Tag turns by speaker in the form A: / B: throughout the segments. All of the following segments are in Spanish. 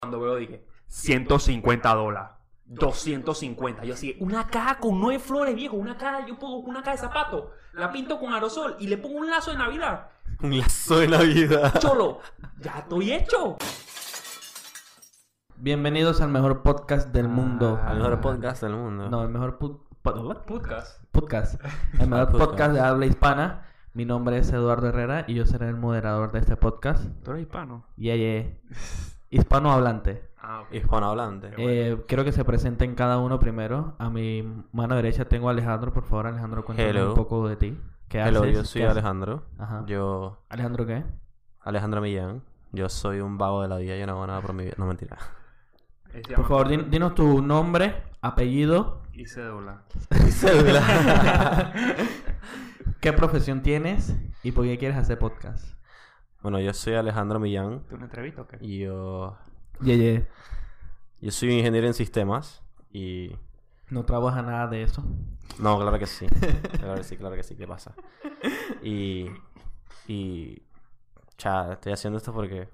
A: Cuando veo dije, 150 dólares. 250. Yo así, una caja con nueve flores, viejo. Una caja, yo pongo una caja de zapatos. La pinto con aerosol y le pongo un lazo de Navidad.
B: Un lazo de Navidad.
A: Cholo, ya estoy hecho.
C: Bienvenidos al mejor podcast del mundo.
B: Ah, Al mejor podcast del mundo.
C: No, el mejor pu- pod-
A: Podcast.
C: podcast. El mejor
B: Podcast.
C: podcast de habla hispana. Mi nombre es Eduardo Herrera y yo seré el moderador de este podcast.
A: Tú eres hispano.
C: Yeah, yeah. Hispanohablante.
A: Ah,
B: Eh,
A: ok.
B: Hispanohablante.
A: bueno.
C: Eh, quiero que se presenten cada uno primero. A mi mano derecha tengo a Alejandro. Por favor, Alejandro, cuéntame
B: Hello.
C: un poco de ti. ¿Qué haces?
B: Hello, yo soy
C: ¿Qué haces? Ah.
B: Alejandro.
C: Ajá.
B: Yo,
C: ¿Alejandro qué?
B: Alejandro Millán. Yo soy un vago de la vida, yo no hago nada por mi vida. No, mentira.
A: Él se
C: Por
A: llama
C: favor, din- dinos tu nombre, apellido,
A: Y cédula.
B: Mi cédula.
C: qué profesión tienes y por qué quieres hacer podcast.
B: bueno, yo soy Alejandro Millán.
A: ¿Tú una entrevista o qué?
B: Y yo...
C: Yeah, yeah.
B: Yo soy ingeniero en sistemas. Y...
C: No trabaja nada de eso.
B: No, claro que sí. Claro que sí, claro que sí. ¿Qué pasa? Y... Y... Cha, estoy haciendo esto porque...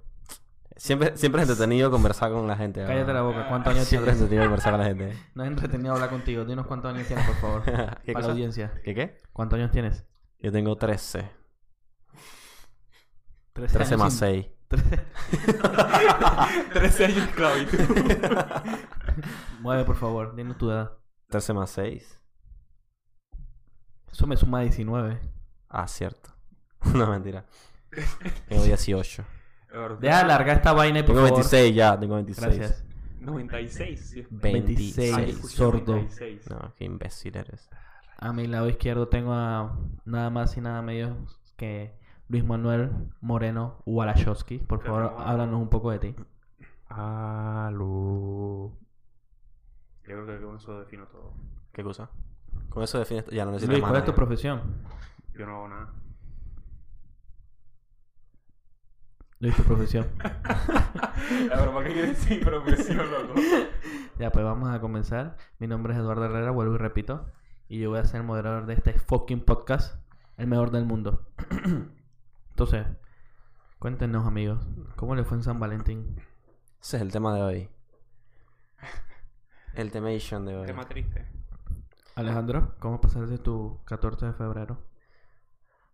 B: Siempre, siempre es entretenido conversar con la gente. ¿verdad?
C: Cállate la boca. ¿Cuántos años
B: Siempre es
C: tienes?
B: entretenido conversar con la gente.
C: No es entretenido hablar contigo. Dinos cuántos años tienes, por favor.
B: ¿Qué
C: para
B: cosa?
C: la audiencia.
B: ¿Qué qué?
C: ¿Cuántos años tienes?
B: Yo tengo 13.
C: Trece
B: 13 más 6.
A: 13 años de esclavitud.
C: Mueve, por favor. Dinos tu edad.
B: 13 más 6.
C: Eso me suma 19.
B: Ah, cierto. no, mentira. Tengo 18.
C: Deja de alargar esta vaina, por
B: Tengo
C: favor.
B: 26 ya, tengo 26.
C: Gracias.
A: 96. sí.
B: 26.
C: 26.
A: escuché
C: sordo.
A: 96.
B: No, qué imbécil eres.
C: A mi lado izquierdo tengo a nada más y nada menos que Luis Manuel Moreno Walashowski. Por
A: Pero
C: favor,
A: no, no.
C: háblanos un poco de ti.
A: Aló. Yo creo que con eso defino todo.
B: ¿Qué cosa? Con eso defines. Ya no necesitas
C: Luis,
B: más.
C: ¿cuál es tu
B: nada.
C: profesión?
A: Yo no hago nada.
C: Luis, tu profesión.
A: La broma que quieres decir profesión, loco.
C: Ya, pues vamos a comenzar. Mi nombre es Eduardo Herrera, vuelvo y repito. Y yo voy a ser el moderador de este fucking podcast, el mejor del mundo. Entonces, cuéntenos, amigos, ¿cómo le fue en San Valentín?
B: Ese es el tema de hoy. El temation de hoy.
A: Tema triste.
C: Alejandro, ¿cómo pasaste tu 14 de febrero?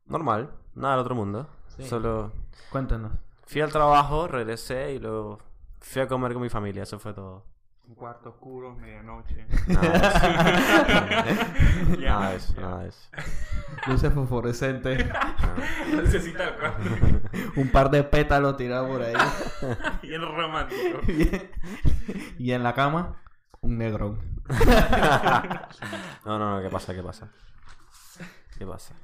B: Normal, nada del otro mundo.
C: Sí.
B: Solo
C: Cuéntanos.
B: fui al trabajo, regresé y luego fui a comer con mi familia. Eso fue todo.
A: Un cuarto oscuro, medianoche.
B: Nada de eso.
A: Ya,
B: nada de Ah, eso,
A: ya.
B: nada de eso.
C: Luces fosforescentes,
A: No necesita el cuarto.
C: un par de pétalos tirados por ahí.
A: Bien romántico.
C: y en la cama, un negrón.
B: No, no, no, ¿qué pasa? ¿Qué pasa? ¿Qué pasa?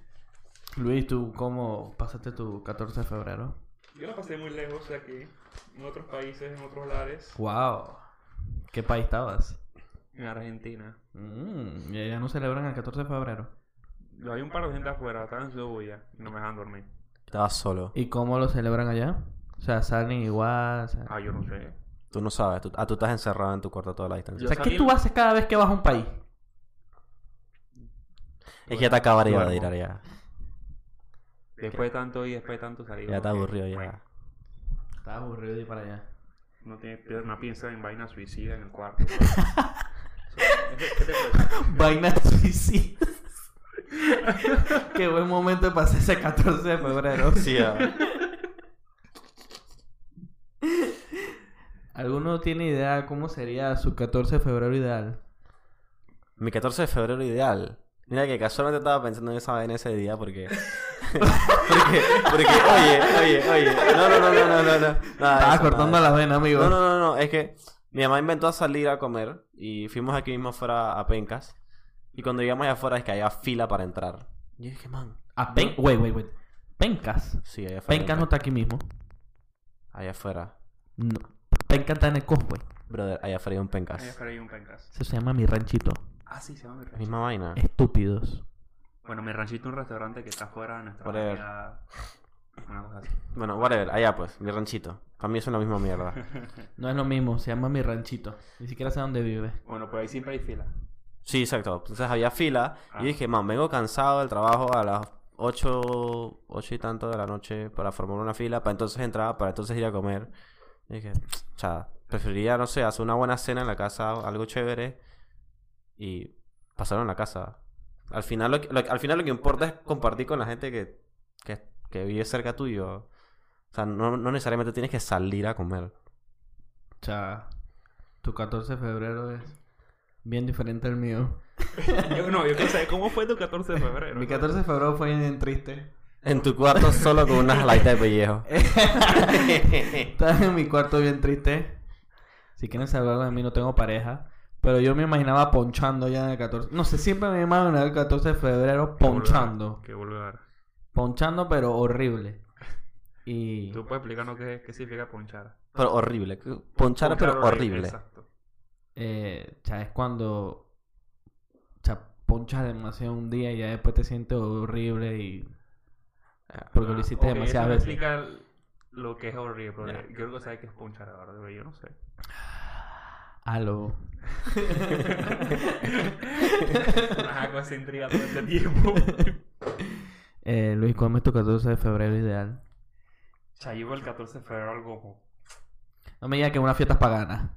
C: Luis, ¿tú cómo pasaste tu 14 de febrero?
A: Yo la pasé muy lejos de aquí. En otros países, en otros lares.
C: ¡Wow! ¿Qué país estabas?
A: En Argentina.
C: Mm, ya ya no celebran el 14 de febrero.
A: Yo hay un par de gente afuera, estaban en su bulla y no me dejan dormir.
B: Estaba solo.
C: ¿Y cómo lo celebran allá? O sea, salen igual. O sea,
A: Ah, yo no sé.
B: Tú no sabes. Tú, ah, tú estás encerrado en tu cuarto a toda la
C: O
B: distancia.
A: yo
C: sea, ¿qué
A: salí-
C: tú haces cada vez que vas a un país?
B: Es que ya te acabaría de
A: duermo.
B: ir allá.
A: Después de tanto y después de tanto salir.
B: Ya te
A: ¿no?
B: aburrió ya.
C: Estás aburrido de ir para allá.
A: No tiene pierna, piensa en vaina suicida en el cuarto. pues. ¿Qué te cuesta?
C: Vaina suicida. Qué buen momento de pasar ese 14 de febrero.
B: Sí, ya.
C: ¿Alguno tiene idea cómo sería su 14 de febrero ideal?
B: Mi 14 de febrero ideal. Mira que casualmente estaba pensando en esa vaina ese día porque... porque, porque, oye, oye, oye. No, no, no, no, no, no. no. Nada de
C: Estaba
B: Ah, eso,
C: cortando
B: nada
C: la
B: de
C: vena,
B: eso.
C: amigo.
B: No, no, no, no. Es que mi mamá inventó a salir a comer y fuimos aquí mismo afuera a Pencas. Y cuando llegamos allá afuera es que había fila para entrar. Y yo dije, man.
C: A pen... Wait, wait, wait. Pencas.
B: Sí, allá afuera.
C: Pencas no está aquí mismo.
B: Allá afuera.
C: No. Pencas está en el cosplay.
B: Brother, allá afuera hay un
A: Ahí
B: Pencas.
A: afuera hay un pencas.
C: Eso se llama mi ranchito.
A: Ah, sí, se llama mi
B: La
A: ranchito.
B: misma vaina.
C: Estúpidos.
A: Bueno, mi ranchito es un restaurante que está fuera de nuestra
B: Whatever.
A: vida. Una cosa así.
B: Bueno, whatever. Allá pues, mi ranchito. Para mí es la misma mierda.
C: No es lo mismo, se llama mi ranchito. Ni siquiera sé dónde vive.
A: Bueno, por ahí siempre hay fila.
B: Sí, exacto. Entonces había fila.
A: Ah.
B: Y yo dije, man, vengo cansado del trabajo a las 8, 8 y tanto de la noche para formar una fila. Para entonces entrar, para entonces ir a comer. Y dije, cha, preferiría, no sé, hacer una buena cena en la casa, algo chévere y pasarlo en la casa. Al final lo que, lo- al final lo que importa es compartir con la gente que, que, que vive cerca tuyo. O sea, no, no necesariamente tienes que salir a comer.
C: O sea, tu 14 de febrero es bien diferente al mío.
A: Yo no, yo quiero saber cómo fue tu 14 de febrero.
C: Mi 14 de febrero fue bien triste.
B: En tu cuarto solo con unas laitas de pellejo.
C: Estaba en mi cuarto bien triste. Si quieren saber de mí, no tengo pareja. Pero yo me imaginaba ponchando ya en el 14. No sé, siempre me imaginaba el 14 de febrero ponchando.
A: Qué vulgar.
C: Ponchando, pero horrible. Y.
A: ¿Tú puedes explicarnos qué, qué significa ponchar?
B: Pero horrible. Ponchar, pero horrible.
A: Exacto.
C: Eh, o sea, es cuando. O sea, ponchas demasiado un día y ya después te sientes horrible y. Porque lo hiciste
A: Ok,
C: demasiadas
A: eso
C: veces.
A: explica lo que es horrible, pero
B: Ya.
A: yo creo que sabes que es ponchar ahora, pero yo no sé.
C: Aló.
A: Una cosa intriga todo este tiempo.
C: Eh, Luis, ¿cuál es tu 14 de febrero ideal?
A: Ya llegó el 14 de febrero algo como-
C: No me digas que una fiesta pagana.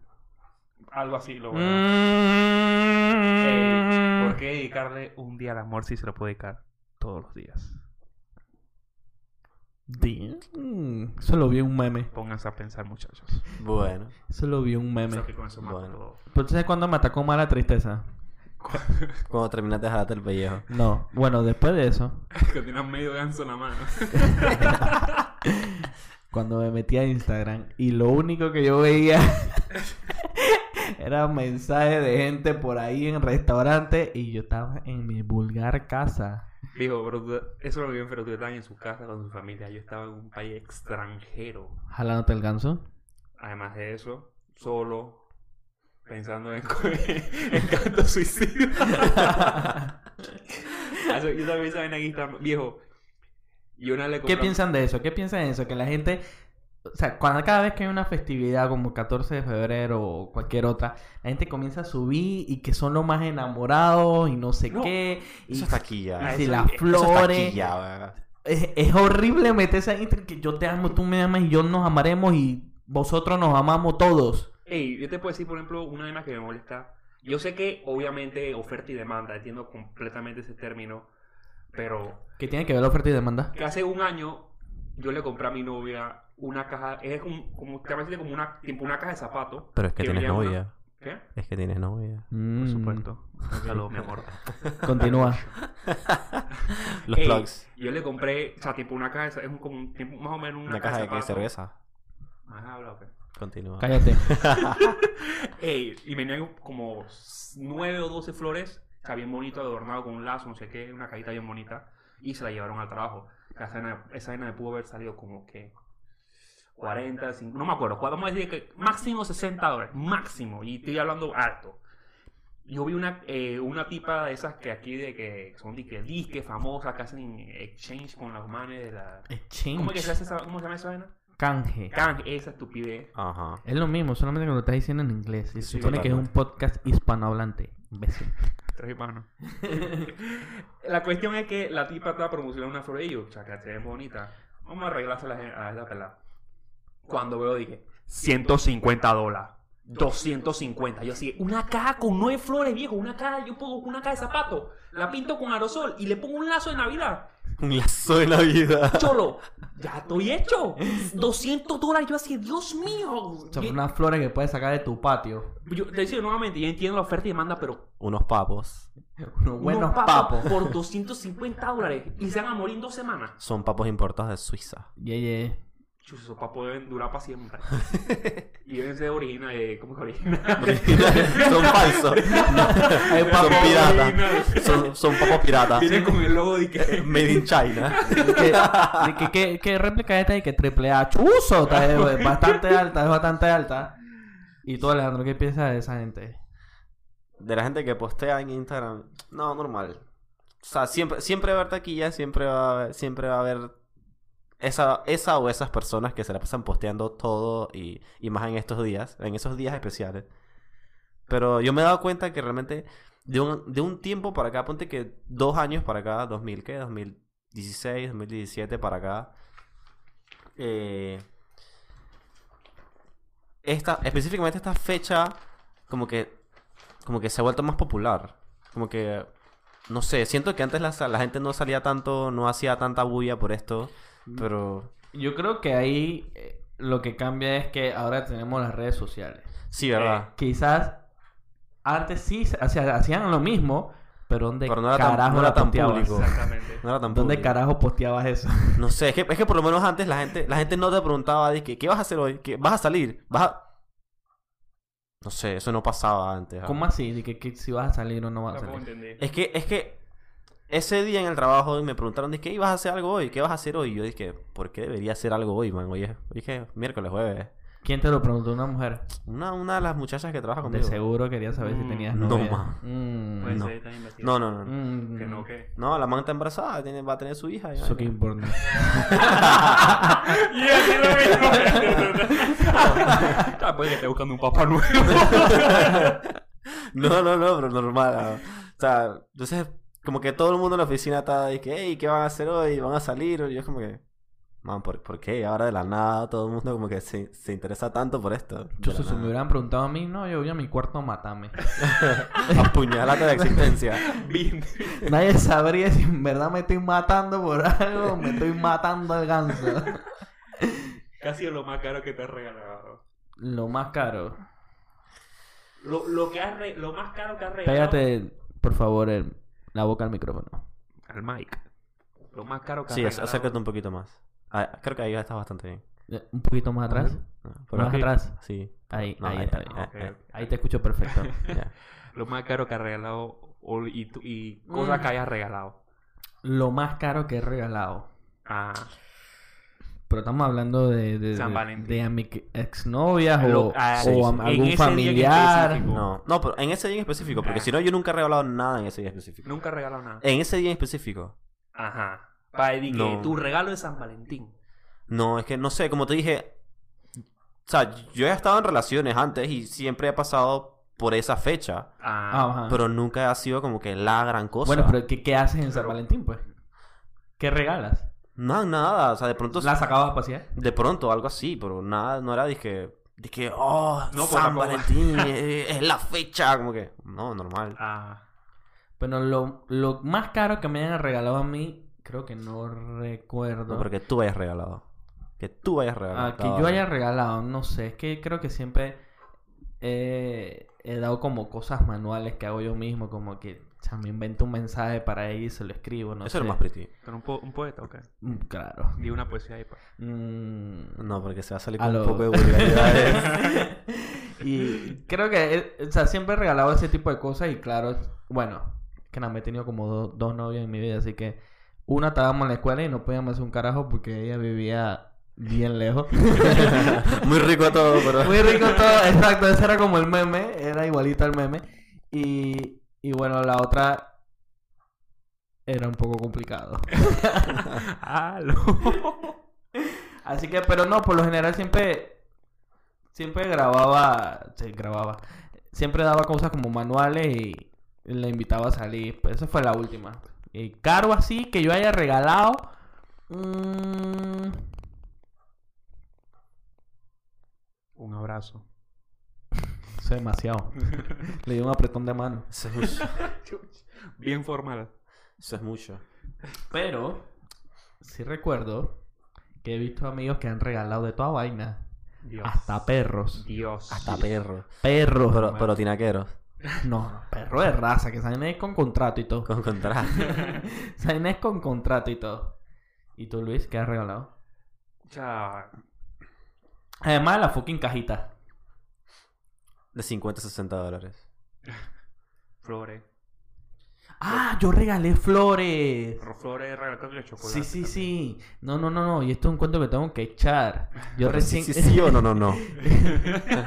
A: Algo así, lo bueno. Ey,
C: Mm.
A: ¿Por qué dedicarle un día al amor si se lo puede dedicar todos los días?
C: Damn. Eso lo vi en un meme.
A: Pónganse a pensar, muchachos.
B: Bueno.
C: Eso lo vi en un meme.
A: Creo que con eso marco
B: Bueno.
A: todo.
C: ¿Pero tú sabes cuándo me atacó mala tristeza?
B: Cuando terminaste de jalarte el pellejo.
C: No. Bueno, después de eso,
A: que tienes medio ganso en la mano.
C: cuando me metí a Instagram y lo único que yo veía era mensajes de gente por ahí en restaurantes y yo estaba en mi vulgar casa.
A: Dijo, pero tú- eso lo bien, pero tú estabas en su casa con su familia. Yo estaba en un país extranjero.
C: ¿Jalándote el ganso?
A: Además de eso, solo, pensando en, co- en canto suicidio. Eso- yo también saben aquí está viejo. Y una le
C: ¿Qué
A: compramos-
C: piensan de eso? ¿Qué piensan de eso? Que la gente, o sea, cuando cada vez que hay una festividad como 14 de febrero o cualquier otra, la gente comienza a subir y que son los más enamorados y no sé
A: No,
C: qué. Y
B: Eso está aquí ya.
A: Ah,
C: si
A: eso-
C: las
A: eso
B: Eso está aquí
C: flores.
B: ya, verga.
C: Es, es horrible meterse ahí entre que yo te amo, tú me amas y yo nos amaremos y vosotros nos amamos todos.
A: Ey, yo te puedo decir, por ejemplo, una de las que me molesta. Yo sé que, obviamente, oferta y demanda, entiendo completamente ese término, pero
C: ¿Qué tiene que ver la oferta y demanda?
A: que hace un año yo le compré a mi novia una caja, es como, como, te parece como una, tipo una caja de zapatos.
B: Pero es
A: Que
B: que tienes
A: veíamos-
B: novia.
A: ¿Qué?
B: Es que tienes novia.
A: Por
C: Mm,
A: supuesto. Saludos, mi amor.
C: Continúa.
B: Los
C: Eh,
A: Ey,
B: plugs.
A: Yo le compré, o sea, tipo una caja, de- es un- como un, tipo, más o menos una,
B: Una caja de, que-
A: zapatos.
B: cerveza.
A: Ajá, habla, ok.
B: Continúa.
C: Cállate.
A: Ey, y venían como nueve o 12 flores, o sea, bien bonito, adornado con un lazo, no sé qué, una cajita bien bonita, y se la llevaron al trabajo. La cena- esa cena me pudo haber salido como que 40, 50, no me acuerdo, cuál- vamos a decir que máximo 60 dólares, máximo, y estoy hablando alto. Yo vi una, eh, una tipa de esas que aquí de que son disque, disque famosas, que hacen exchange con las manes de la... ¿Cómo, que se
C: Exchange.
A: hace esa, ¿Cómo se llama esa vaina?
C: Canje.
A: Canje, esa estupidez.
B: Ajá.
C: Es lo mismo, solamente que lo estás diciendo en inglés. Y se
A: Sí,
C: supone que es un podcast hispanohablante. Imbécil.
A: Tres manos. la cuestión es que la tipa estaba promocionando una flor y yo, chaca, se ve bonita. Vamos a arreglárselas a esta pelada. Cuando veo, dije, 150 dólares. 250. Yo así, una caja con nueve flores, viejo. Una caja, yo pongo una caja de zapatos. La pinto con aerosol y le pongo un lazo de Navidad.
B: Un lazo de Navidad.
A: Cholo, ya estoy hecho. 200 dólares. Yo así, Dios mío.
C: Son unas flores que puedes sacar de tu patio.
A: Yo, te digo nuevamente, yo entiendo la oferta y demanda, pero
B: Unos papos.
C: Unos buenos
A: unos
C: papos.
A: por 250 dólares y se van a morir en dos semanas.
B: Son papos importados de Suiza.
C: Yeah, yeah.
A: Chus, esos papos deben durar para siempre. y deben ser origina de. ¿Cómo que origina?
B: son falsos.
C: Hay un papo
B: son piratas. Ah.
A: original.
B: Son, son papos piratas.
A: Vienen con el logo de que.
B: Made in China.
C: que, de que, que- que réplica esta y que triple A chuzo está- es bastante alta, es bastante alta. Y tú, Alejandro, ¿qué piensas de esa gente?
B: De la gente que postea en Instagram. No, normal. O sea, siempre, siempre va a haber taquilla, siempre va a haber, siempre va a haber esa, esa o esas personas que se la pasan posteando todo y, y más en estos días, en esos días especiales. Pero yo me he dado cuenta que realmente de un, de un tiempo para acá, ponte que dos años para acá, 2000, ¿qué? 2016, 2017 para acá. eh, esta, específicamente esta fecha, como que, como que se ha vuelto más popular. Como que, no sé, siento que antes la, la gente no salía tanto, no hacía tanta bulla por esto,
C: Mm.
B: pero
C: Yo creo que ahí eh, lo que cambia es que ahora tenemos las redes sociales.
B: sí, ¿verdad?
C: Eh, quizás antes sí se- o sea, hacían lo mismo, pero ¿dónde
B: Pero no era tan-
C: carajo
B: no era
C: la
B: tan
C: posteabas?
B: público.
A: Exactamente.
B: No era tan
C: ¿Dónde
B: público.
C: carajo posteabas eso?
B: No sé, es que, es que por lo menos antes la gente, la gente no te preguntaba de que, ¿qué vas a hacer hoy? ¿Qué, ¿Vas a salir? ¿Vas a...? No sé, eso no pasaba antes. ¿ah?
C: ¿Cómo así? De que, que si vas a salir o no vas a
A: Tampoco
C: salir.
A: entendí.
B: Es que, es que ese día en el trabajo me preguntaron, dije, ¿y vas a hacer algo hoy? ¿Qué vas a hacer hoy? Y yo dije, ¿por qué debería hacer algo hoy, man? Oye, dije, miércoles, jueves.
C: ¿Quién te lo preguntó? Una mujer.
B: Una, una de las muchachas que trabaja
C: De
B: conmigo.
C: seguro quería saber si
A: Mm.
C: tenías
B: No,
C: novia.
B: ma.
C: Mm,
A: Puede
B: no.
A: ser, está investigado.
B: No, no, no. no.
C: Mm.
A: Que no, que.
B: No, la man está embarazada, tiene- va a tener su hija. y
C: Eso que
B: vaina.
C: importa.
A: Y así lo mismo. Ah, Puede que esté buscando un papá nuevo.
B: No, no, no, pero normal. ah. O sea, entonces, como que todo el mundo en la oficina está, dije, hey, ¿qué van a hacer hoy? ¿Van a salir? Y yo es como que, man, ¿por, por qué? Ahora de la nada todo el mundo como que se, se interesa tanto por esto.
C: Yo,
B: De la
C: si me
B: nada.
C: hubieran preguntado a mí, no, yo voy a mi cuarto, matame.
B: Apuñalate de existencia.
A: Bien.
C: Nadie sabría si en verdad me estoy matando por algo o me estoy matando al ganso.
A: Casi es lo más caro que te has regalado.
C: Lo más caro.
A: Lo, lo, que has re- lo más caro que has regalado.
C: Pégate, por favor, el- la boca al micrófono.
A: Al mic. Lo más caro que has
B: Sí, ac-
A: regalado.
B: acércate un poquito más. Ah, creo que ahí estás bastante bien.
C: Eh, Un poquito más atrás.
B: No, por
C: Más
B: aquí.
C: atrás.
B: Sí.
C: Ahí,
B: No,
C: ahí,
B: ahí
C: está.
B: está.
C: bien.
A: Ok,
B: Eh,
A: ok.
C: Ahí te escucho perfecto.
B: Ya.
A: Lo más caro que has regalado o- y, tu- y cosas
C: Mm.
A: que hayas regalado.
C: Lo más caro que he regalado.
A: Ah,
C: Pero estamos hablando de, de,
A: San
C: de-
A: Valentín.
C: de a mi que- exnovias
A: Lo-
C: o,
A: ah,
B: sí,
C: o a-
B: sí.
A: En ese
C: algún
A: día en
C: familiar.
A: específico.
B: No, no, pero en ese día en específico, porque
A: Ah.
B: si no, yo nunca he regalado nada en ese día en específico.
A: nunca he regalado nada.
C: Eh,
B: En ese día en específico.
A: Ajá. Para que
B: No.
A: tu regalo de San Valentín.
B: No, es que no sé, como te dije. O sea, yo he estado en relaciones antes y siempre he pasado por esa fecha.
A: Ah,
C: Ajá.
B: Pero nunca ha sido como que la gran cosa.
C: bueno, pero ¿qué, qué haces en San
A: Pero-
C: Valentín, pues? ¿Qué regalas?
B: No, nada. O sea, de pronto.
C: ¿La sacabas a pasear?
B: De pronto, algo así, pero nada, no era dije. Dije, oh,
A: No, pues,
B: San
A: tampoco.
B: Valentín, eh, es la fecha. Como que, no, normal.
A: ah.
C: Pero lo, lo más caro que me hayan regalado a mí, creo que no recuerdo.
B: No, pero que tú hayas regalado. Que tú hayas regalado.
C: Ah, que yo haya regalado, no sé, es que creo que siempre eh, he dado como cosas manuales que hago yo mismo, como que chamo, me invento un mensaje para ella y se lo escribo, no
B: Eso es
C: sé.
B: lo más pretty.
A: Pero un, po- un poeta, ok.
C: Mm, Claro.
A: Di una poesía ahí. pues.
C: Mm,
B: No, porque se va a salir
C: A
B: con
C: lo-
B: un poco de vulgaridades.
C: y creo que, eh, o sea, siempre he regalado ese tipo de cosas y claro, bueno, que nada, me he tenido como do- dos novias en mi vida, así que una estábamos en la escuela y no podíamos hacer un carajo porque ella vivía bien lejos.
B: Muy rico todo, pero.
C: Muy rico todo, exacto, ese era como el meme, era igualito al meme. Y, y bueno, la otra era un poco complicado.
A: Aló.
C: Así que, pero no, por lo general siempre, siempre grababa, sí, grababa, siempre daba cosas como manuales y la invitaba a salir. Pues esa fue la última. Y caro así que yo haya regalado. mm,
A: Un abrazo.
C: eso es demasiado. Le di un apretón de mano.
B: Eso es mucho.
A: Bien formal.
B: Eso es mucho.
C: Pero sí recuerdo que he visto amigos que han regalado de toda vaina.
A: Dios.
C: Hasta perros.
A: Dios.
B: Hasta perro.
C: Perros.
B: Pero, pero tinaqueros.
C: No, no, perro de raza, que saben es con contrato y todo.
B: Con contraste.
C: Saben es con contrato y todo. ¿Y tú, Luis, qué has regalado?
A: Cha-
C: Además de la fucking cajita.
B: De 50 a 60 dólares.
A: Flores.
C: Ah, yo regalé flores.
A: Ro- Flores regaladas de chocolate.
C: Sí, sí,
A: también.
C: sí. No, no, no, no. Y esto es un cuento que tengo que echar. Yo
B: Sí,
C: recién...
B: sí, sí o no, no, no.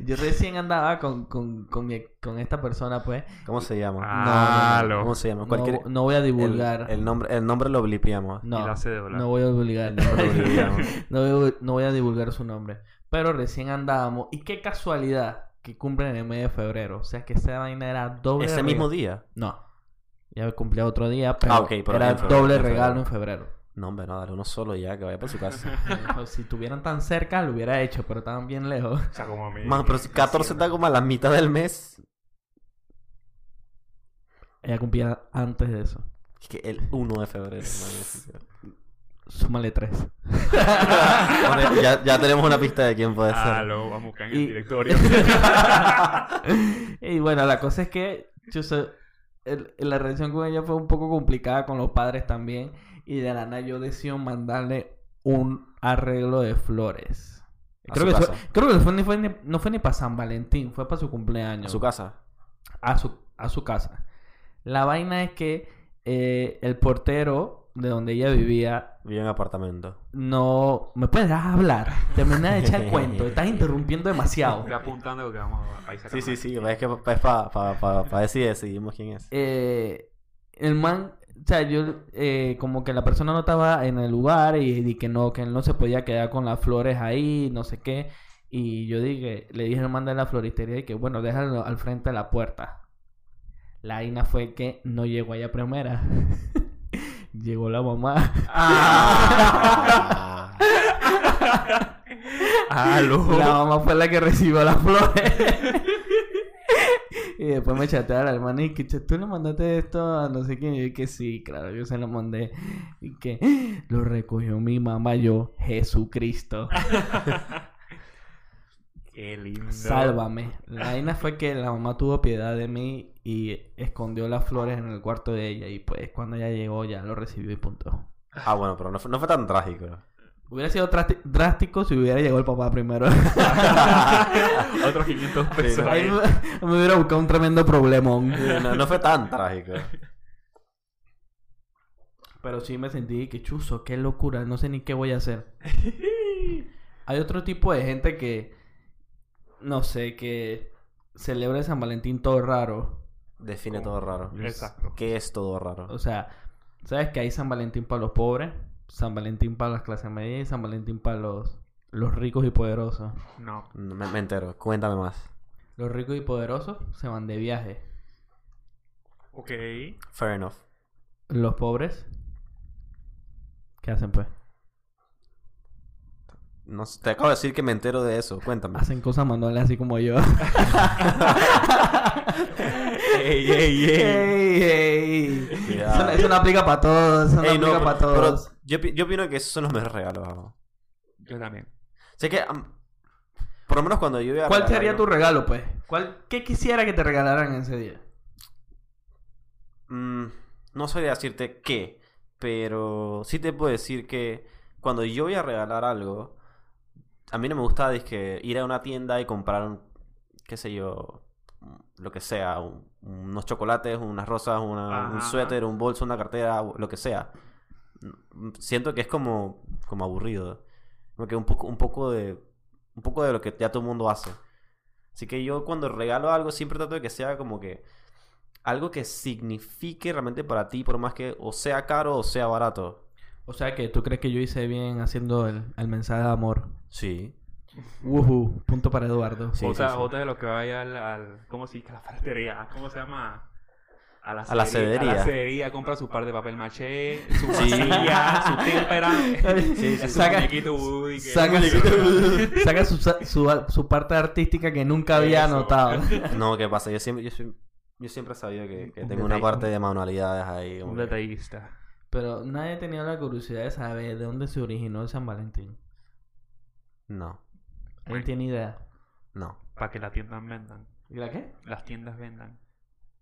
C: yo recién andaba con, con, con, mi- con esta persona, pues.
B: ¿Cómo se llama?
A: Ah,
B: No, no, no.
A: lo-
B: ¿Cómo se llama?
C: No,
B: Cualquier...
C: no voy a
B: el-
C: divulgar.
B: El, nombre, el nombre lo blipeamos.
A: Y
C: no,
A: la hace de volar.
C: no voy a divulgar.
B: El nombre lo blipeamos.
C: no, voy, no voy a divulgar su nombre. Pero recién andábamos. Y qué casualidad que cumplen el mes de febrero. O sea que esa vaina era doble.
B: Ese
C: rega-
B: mismo día.
C: No. Ya cumplía otro día, pero,
B: Ah, ok, pero
C: era
B: en febrero,
C: doble
B: en
C: regalo en febrero.
B: No, hombre, no, dale uno solo ya, que vaya para su casa.
C: Dijo, si estuvieran tan cerca, lo hubiera hecho, pero estaban bien lejos.
A: O sea, como a mí.
B: Más, pero si 14 está como a la mitad del mes.
C: Ella cumplía antes de eso.
B: Es que el 1 de febrero. man.
C: Súmale tres.
B: Bueno, ya, ya tenemos una pista de quién puede
A: Ah,
B: ser.
A: lo vamos a buscar en
C: Y-
A: el directorio.
C: y bueno, la cosa es que yo sé, el- la relación con ella fue un poco complicada con los padres también. Y de la nada yo decido mandarle un arreglo de flores.
B: A
C: Creo
B: su
C: que, fue-
B: casa.
C: creo que fue ni- fue ni- no fue ni para San Valentín, fue para su cumpleaños.
B: A su casa.
C: a su, a su casa. La vaina es que eh, el portero de donde ella vivía
B: Vive en apartamento.
C: no... ¿Me puedes dejar hablar? Termina de echar el cuento. Estás interrumpiendo demasiado.
A: Estoy apuntando que vamos a, a ir
B: Sí,
A: sacando.
B: sí, sí. Es que es para pa, pa, pa decir, decidimos quién es.
C: Eh, el man... O sea, yo... eh, como que la persona no estaba en el lugar y, di que no, que él no se podía quedar con las flores ahí, no sé qué. Y yo dije... Le dije al man de la floristería y que, bueno, déjalo al frente de la puerta. La vaina fue que no llegó allá primera. llegó la mamá.
B: Ah.
C: La mamá fue la que recibió las flores. y después me chatea a la hermana y que "Che, tú le mandaste esto a no sé quién. Y yo que sí, claro, yo se lo mandé. Y que lo recogió mi mamá, yo, Jesucristo.
B: Ah,
A: Qué lindo.
C: Sálvame. La vaina fue que la mamá tuvo piedad de mí y escondió las flores en el cuarto de ella. Y pues cuando ella llegó ya lo recibió y punto.
B: Ah, bueno, pero no fue, no fue tan trágico.
C: Hubiera sido drasti- drástico si hubiera llegado el papá primero.
A: Otros 500
B: Sí,
A: pesos.
B: no.
C: Ahí
A: ahí.
C: me, me hubiera buscado un tremendo problemón.
B: No, no fue tan trágico.
C: Pero sí me sentí que chuzo, qué locura, no sé ni qué voy a hacer. Hay otro tipo de gente que, no sé, que celebra el San Valentín todo raro.
B: Define todo raro.
A: Exacto.
B: ¿Qué es todo raro?
C: O sea, ¿sabes que hay San Valentín para los pobres? San Valentín para las clases medias y San Valentín para los, los ricos y poderosos.
A: No.
B: No, Me, me entero. Cuéntame más.
C: Los ricos y poderosos se van de viaje.
A: Ok.
B: Fair enough.
C: Los pobres, ¿qué hacen pues?
B: No, sé, te acabo de decir que me entero de eso. Cuéntame.
C: Hacen cosas manuales así como yo.
B: ey, ey,
C: ¡Ey, ey!
B: Cuidado.
C: Eso, no- eso no aplica para todos, eso no
B: Ey, no,
C: aplica
B: pero-
C: para
B: pero
C: todos.
B: yo, pi- yo opino que esos son los mejores regalos. ¿no?
A: Yo también.
B: Sé que, am, por lo menos cuando yo iba a
C: ¿Cuál
B: regalar
C: sería tu
B: algo-
C: regalo, pues? ¿Cuál, ¿Qué quisiera que te regalaran ese día?
B: Mm, no sabría decirte qué, pero sí te puedo decir que cuando yo voy a regalar algo, a mí no me gusta dizque, ir a una tienda y comprar, un- qué sé yo, lo que sea, un- unos chocolates, unas rosas, una-
A: Ajá,
B: un
A: ajá.
B: suéter, un bolso, una cartera, lo que sea. Mm, Siento que es como, como aburrido. Como que un poco, un poco de. Un poco de lo que ya todo el mundo hace. Así que yo cuando regalo algo siempre trato de que sea como que algo que signifique realmente para ti, por más que o sea caro o sea barato.
C: O sea que tú crees que yo hice bien haciendo el, el mensaje de amor.
B: Sí.
C: Wuhu, punto para Eduardo.
B: Sí,
A: otra,
B: sí, sí.
A: otra de los que vaya al, al- ¿Cómo se dice? A la ferretería. ¿Cómo se llama? A la
B: A la
A: cedería. A la
B: cedería.
A: cedería. Compra su par de papel maché, su
B: Sí.
A: masilla, su témpera.
C: Sí, sí.
A: su
C: Saca-
A: muñequito Woody. que-
C: Saca, su, saca su, su- su parte artística que nunca había
A: Eso.
C: anotado.
B: No, ¿qué pasa? Yo siempre, yo, siem- yo siempre he sabido que, que
A: Un
B: tengo una
A: detalle.
B: parte de manualidades ahí. como
A: Un
B: que-
A: detallista.
C: Pero nadie tenía la curiosidad de saber de dónde se originó el San Valentín.
B: No,
C: ¿Alguien tiene idea?
B: no.
A: Para que las tiendas vendan.
C: ¿Y la qué?
A: Las tiendas vendan.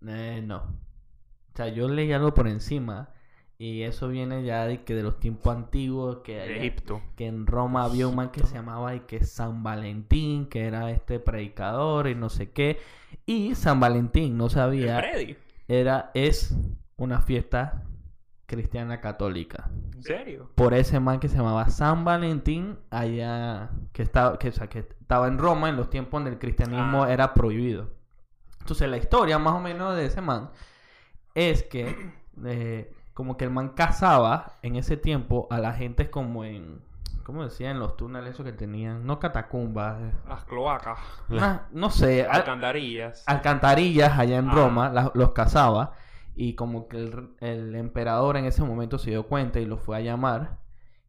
C: Eh, no. O sea, yo leí algo por encima y eso viene ya de que de los tiempos antiguos que
A: De
C: allá-
A: Egipto.
C: que en Roma había un man que se llamaba y que San Valentín, que era este predicador y no sé qué. Y San Valentín, no sabía,
A: Freddy.
C: era es una fiesta cristiana católica.
A: ¿En serio?
C: Por ese man que se llamaba San Valentín, allá que estaba, que, o sea, que estaba en Roma en los tiempos donde el cristianismo
A: Ah.
C: era prohibido. Entonces la historia más o menos de ese man es que eh, como que el man cazaba en ese tiempo a la gente como en, ¿cómo decía? En los túneles esos que tenían, no catacumbas, eh,
A: Las cloacas.
C: unas- no sé, al-
A: Alcandarillas.
C: ah, alcantarillas allá en
A: Ah.
C: Roma, las- los cazaba Y como que el, el emperador en ese momento se dio cuenta y lo fue a llamar.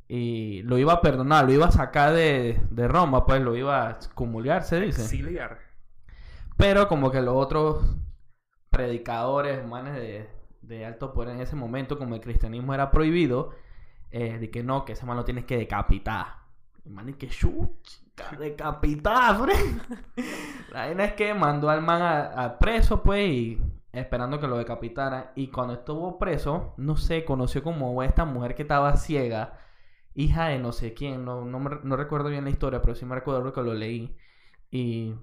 C: Y lo iba a perdonar, lo iba a sacar de, de Roma, pues lo iba a excomulgar, se dice.
A: Exiliar.
C: Pero como que los otros predicadores, manes de, de alto poder en ese momento, como el cristianismo era prohibido, eh, de que no, que ese man lo tienes que decapitar. El man es que chucha, decapitar, friend. La vaina es que mandó al man a, a preso, pues, y esperando que lo decapitaran. Y cuando estuvo preso, no sé, conoció como a esta mujer que estaba ciega, hija de no sé quién, no, no, me- no recuerdo bien la historia, pero sí me recuerdo que lo leí. Y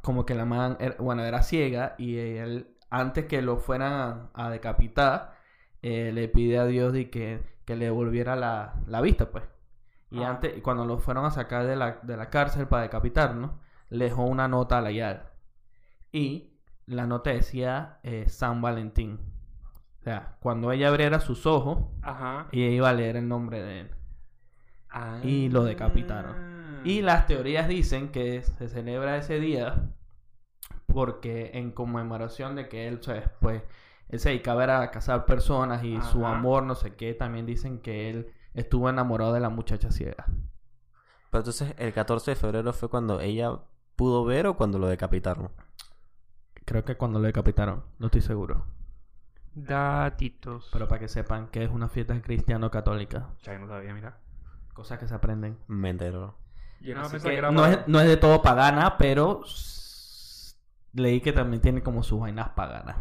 C: como que la man, era- bueno, era ciega y él, antes que lo fueran a, a decapitar, eh, le pide a Dios de que, que le devolviera la, la vista, pues. Y
A: Ah.
C: antes, cuando lo fueron a sacar de la, de la cárcel para decapitarlo, le dejó una nota a la IAL. Y la nota decía eh, San Valentín. O sea, cuando ella abriera sus ojos,
A: Ajá.
C: ella iba a leer el nombre de él.
A: Ah.
C: y lo decapitaron. Y las teorías dicen que se celebra ese día porque en conmemoración de que él, ¿sabes? pues, él se dedicaba era a cazar personas y su
A: Ajá.
C: amor, no sé qué, también dicen que él estuvo enamorado de la muchacha ciega.
B: Pero entonces, el 14 de febrero fue cuando ella pudo ver o cuando lo decapitaron.
C: Creo que cuando lo decapitaron, no estoy seguro.
A: Datitos.
C: Pero para que sepan que es una fiesta cristiano-católica,
A: Ya no sabía, mira.
C: cosas que se aprenden.
B: Me entero.
A: Yo no
C: Así
A: pensaba que
C: Ah, que
A: era
C: no,
A: para-
C: es, no es de todo pagana, pero s- leí que también tiene como sus vainas paganas.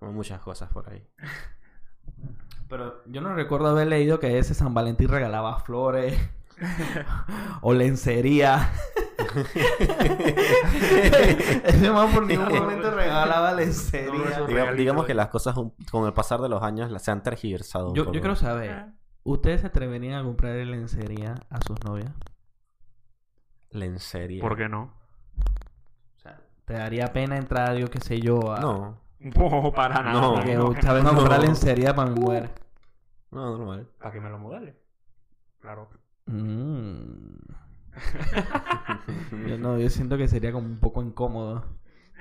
B: Hay muchas cosas por ahí.
C: Pero yo no recuerdo haber leído que ese San Valentín regalaba flores o lencería. ese man por ningún momento regalaba
A: No, no,
C: lencería.
A: eso-
B: Diga-
A: Regalito
B: digamos
A: ahí.
B: que las cosas un- con el pasar de los años las se han tergiversado. un
C: Yo,
B: poco.
C: yo quiero
A: Ah.
C: saber,
A: Eh.
C: ¿ustedes se atreverían a comprar lencería a sus novias?
B: Lencería.
A: ¿Por qué no?
C: O sea, ¿te daría pena entrar, yo qué sé yo, a...
B: No,
A: No, para nada.
B: No.
C: Porque
A: no. Uh.
C: "Ucha, vengo a comprar
B: No.
C: lencería para mi mujer.
B: no, normal.
A: Para que me lo modele. Claro.
C: Mm. Yo no, yo siento que sería como un poco incómodo.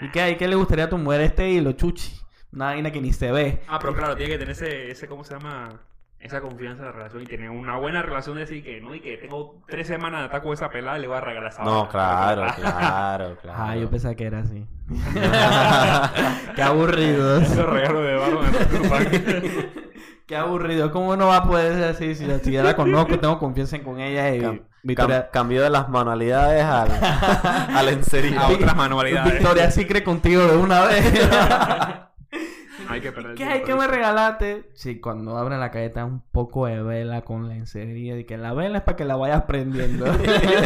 C: ¿Y qué, ¿Y qué le gustaría a tu mujer este hilo, chuchi? Una vaina que ni se ve.
A: Ah, pero claro, tiene que tener ese, ese ¿cómo se llama? Esa confianza en la relación y tener una buena relación de decir que no y que tengo tres semanas de ataque con esa pelada y le voy a regalar esa
B: No,
A: vaina.
B: claro,
A: ah.
B: claro, claro.
C: Ah, yo pensaba que era así. qué aburrido.
A: Ese regalo de barro me preocupa.
C: Qué aburrido. ¿Cómo no va a poder ser así si, si ya la conozco, tengo confianza en- con ella y
B: Cam-
C: Victoria...
B: Cam- cambió de las manualidades al, a lencería.
A: A otras manualidades.
C: Victoria Secret contigo de una vez.
A: No hay que perder el
C: ¿Qué hay
A: tiempo,
C: que me
A: dice.
C: regalaste? Sí, cuando abren la cajeta un poco de vela con lencería. Y que la vela es para que la vayas prendiendo.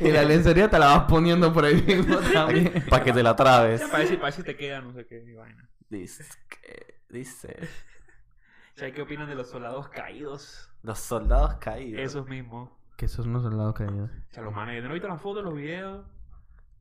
C: y la lencería te la vas poniendo por ahí mismo también.
B: Para que te la trabes.
A: Para ver si, para ver si te queda, no sé qué mi vaina.
B: Dice, que- dice,
A: O sea, ¿qué opinan de los soldados caídos?
B: los soldados caídos.
A: Esos mismos.
C: Que esos no son lados caídos.
A: O sea, los manes. ¿No viste las fotos, los videos?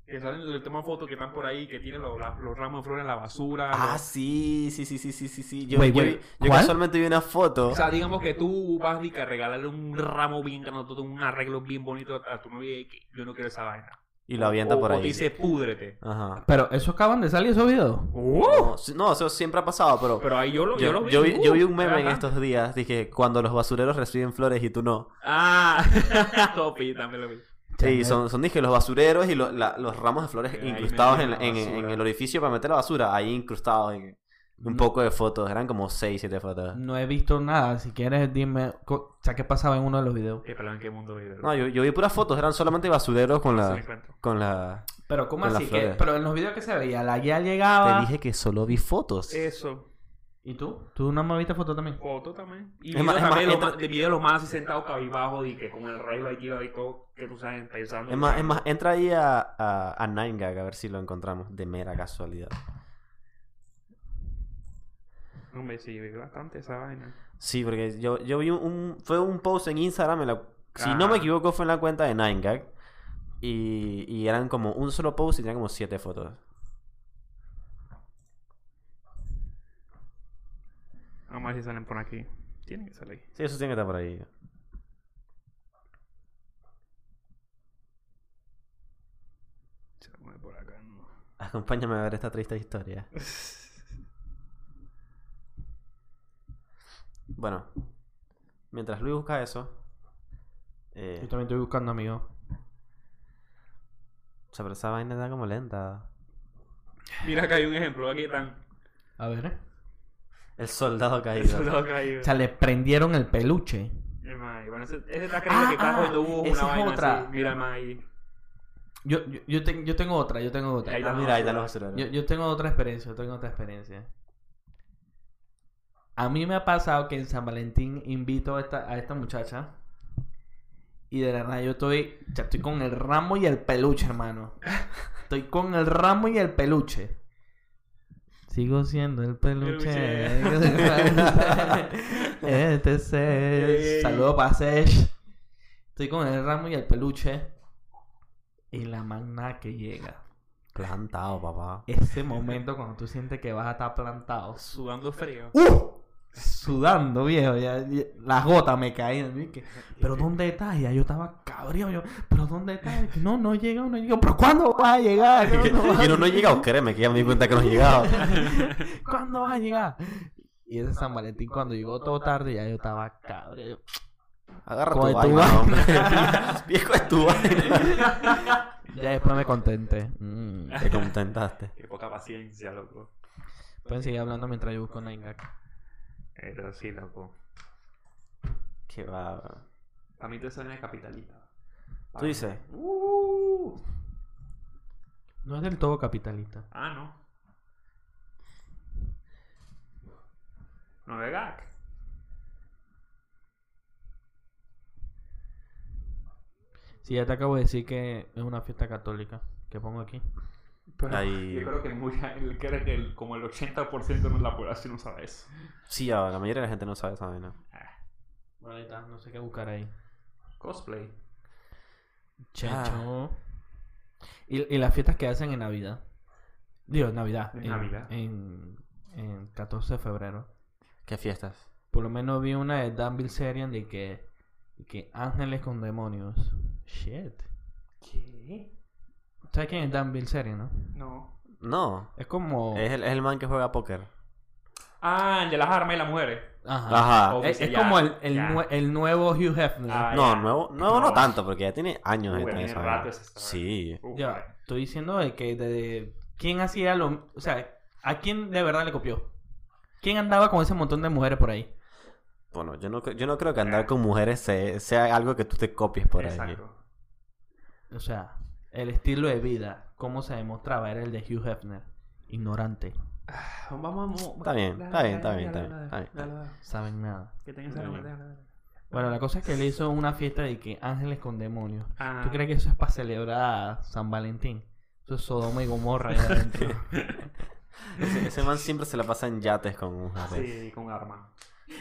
A: Que salen, le toman fotos que están por ahí, que tienen los, la- los ramos de flores en la basura.
B: Ah,
A: los-
B: sí, sí, sí, sí, sí, sí, sí. Yo,
C: Wait,
B: yo-
C: wait,
B: yo
C: ¿cuál?
B: casualmente vi una foto.
A: O sea, digamos que tú vas y que a regalarle un ramo bien grande, un arreglo bien bonito a tu novia y que yo no quiero esa vaina.
B: Y lo avienta
A: o,
B: por
A: o
B: ahí.
A: te Uh, dice púdrete.
B: Ajá.
C: Pero esos acaban de salir esos videos.
A: ¡Uh!
B: No, sí- no, eso siempre ha pasado, pero.
A: Pero ahí yo lo, yo, lo
B: yo,
A: vi.
B: yo vi, yo vi un
A: ¡Uh!
B: meme en
A: Ajá.
B: estos días. Dije, cuando los basureros reciben flores y tú no.
A: Ah, Topi, también lo vi.
B: Sí, son, son dije, los basureros y lo- la- los ramos de flores
A: Que ahí
B: incrustados en,
A: meten la
B: en- en- en
A: basura.
B: el orificio para meter la basura. Ahí incrustados en un poco de fotos. Eran como 6, 7 fotos.
C: No he visto nada. Si quieres, dime. co- O sea, ¿qué pasaba en uno de los videos?
A: Eh, pero en qué mundo vive.
B: No, yo, yo vi puras fotos. Eran solamente basureros con
A: Eso no
B: la.
A: encuentro.
B: Con la...
C: Pero, ¿cómo
B: Con
C: así?
B: las
C: Que,
B: flores.
C: pero en los videos que se veía, la guía
B: Te
C: llegaba.
B: dije que solo vi fotos.
A: Eso.
C: ¿Y tú? ¿Tú no me viste foto también?
A: Foto también. Y
B: Es
A: video
B: más- es más,
A: también, lo
B: entra-
A: más- de video los más así sentados cabizbajo y que con el rayo ahí tirado y todo, que tú sabes, pensando.
B: Es más, es más, entra ahí a, a, a Nine Gag a ver si lo encontramos de mera casualidad.
A: No me sí, yo vi bastante esa vaina.
B: Sí, porque yo, yo vi un, un- Fue un post en Instagram. en la- si no
A: Ajá.
B: me equivoco, fue en la cuenta de Nine Gag. Y, y eran como un solo post y tenían como siete fotos.
A: Vamos a ver si salen por aquí. Tienen que salir.
B: Sí, eso tiene que estar por ahí.
A: Se va a poner por acá. No.
B: Acompáñame a ver esta triste historia. Bueno, mientras Luis busca eso, eh,
C: Yo también estoy buscando, amigo.
B: o sea, pero esa vaina está como lenta.
A: Mira que hay un ejemplo, aquí están.
C: A ver.
B: El soldado caído.
A: El soldado caído.
C: O sea, le prendieron el peluche.
A: Eh, mae, Bueno, ese, ese está
C: Ah,
A: creyendo que
C: ah,
A: está jugando búho,
C: esa
A: una
C: es
A: vaina
C: otra.
A: así. Mira, mae.
C: Yo, yo, yo, ten- yo tengo otra, yo tengo otra.
A: Ahí
B: Ah, mira, ahí están los basureros.
C: Yo, yo tengo otra experiencia, yo tengo otra experiencia. A mí me ha pasado que en San Valentín invito a esta, a esta muchacha y de la nada yo estoy, ya estoy con el ramo y el peluche, hermano. Estoy con el ramo y el peluche. Sigo siendo el peluche. este es Sesh.
A: Yay.
C: Saludo para Sesh. Estoy con el ramo y el peluche. Y la magna que llega.
B: Plantado, papá.
C: Ese momento cuando tú sientes que vas a estar plantado.
A: Sudando frío.
C: ¡Uh! Sudando, viejo. Ya, ya- las gotas me caían. y que, ¿Pero dónde estás? Y ya yo estaba cabreado. Yo, ¿pero dónde estás? Y que, No, no llega, no llega. ¿Pero cuándo vas a llegar?
B: Que,
C: ¿Cuándo vas a
B: que no, no he llegado, créeme, que ya me di cuenta que no he llegado.
C: ¿Cuándo vas a llegar? Y ese San Valentín cuando llegó todo tarde ya yo estaba cabreado.
B: Agarra
C: Coge
B: tu
C: tu
B: vaina,
C: vaina.
B: hombre. Viejo es tu vaina.
C: Ya después me contenté. Mm.
B: Te contentaste.
A: Qué poca paciencia, loco.
C: Pueden seguir hablando mientras yo busco Nine Gag.
A: Pero sí, loco.
B: Qué va.
A: Para mí te suena capitalista.
B: Tú dices,
A: Uh.
C: No es del todo capitalista.
A: Ah, no. No de gag.
C: Si ya te acabo de decir que es una fiesta católica. ¿Qué pongo aquí? Pues
A: Pero
B: Ahí-
A: yo creo que, muy, el- creo que el- como el 80% de la población no sabe eso.
B: sí, ya, la mayoría de la gente no sabe esa vaina.
C: Bueno, ahí está, no sé qué buscar ahí.
A: Cosplay.
C: Checho. Y, y las fiestas que hacen en Navidad. Digo, en Navidad.
A: En Navidad.
C: En, en 14 de febrero.
B: ¿Qué fiestas?
C: Por lo menos vi una de Dan Bilzerian de que, de que ángeles con demonios. Shit.
A: ¿Qué?
C: ¿Sabes quién es Dan Bilzerian, no?
A: No.
B: No.
C: Es como...
B: Es, el, es el man que juega póker.
A: Ah, el de las armas y las mujeres.
C: Ajá.
B: Ajá.
A: Ok.
C: Es, es
A: Ya,
C: como el, el,
A: ya.
C: nue- el nuevo Hugh Hefner.
A: Ah,
B: No,
A: ya.
B: nuevo, nuevo no,
A: No.
B: tanto, porque ya tiene años
A: Uy,
B: en
A: tiene
B: esa
A: rato
B: vaina.
A: esa historia.
B: Sí.
A: Uf,
C: Ya, estoy diciendo de que de, de- quién hacía lo, o sea, a quién de verdad le copió. ¿Quién andaba con ese montón de mujeres por ahí?
B: Bueno, yo no, cre- yo no creo que andar con mujeres se- sea algo que tú te copies por ahí.
A: Exacto.
C: O sea, el estilo de vida, cómo se demostraba, era el de Hugh Hefner, ignorante,
A: Vamos, vamos.
B: Está bien, está bien, está bien, está bien, está bien, está bien.
C: saben nada.
A: Que tengas
B: Está
A: algo.
B: bien.
A: déjala, déjala.
C: Bueno, la cosa es que le hizo una fiesta de que ángeles con demonios.
A: Ah.
C: ¿Tú crees que eso es para celebrar San Valentín? Eso es Sodoma y Gomorra ahí adentro.
B: Ese, ese man siempre se la pasa en yates con mujeres.
A: Sí, con arma.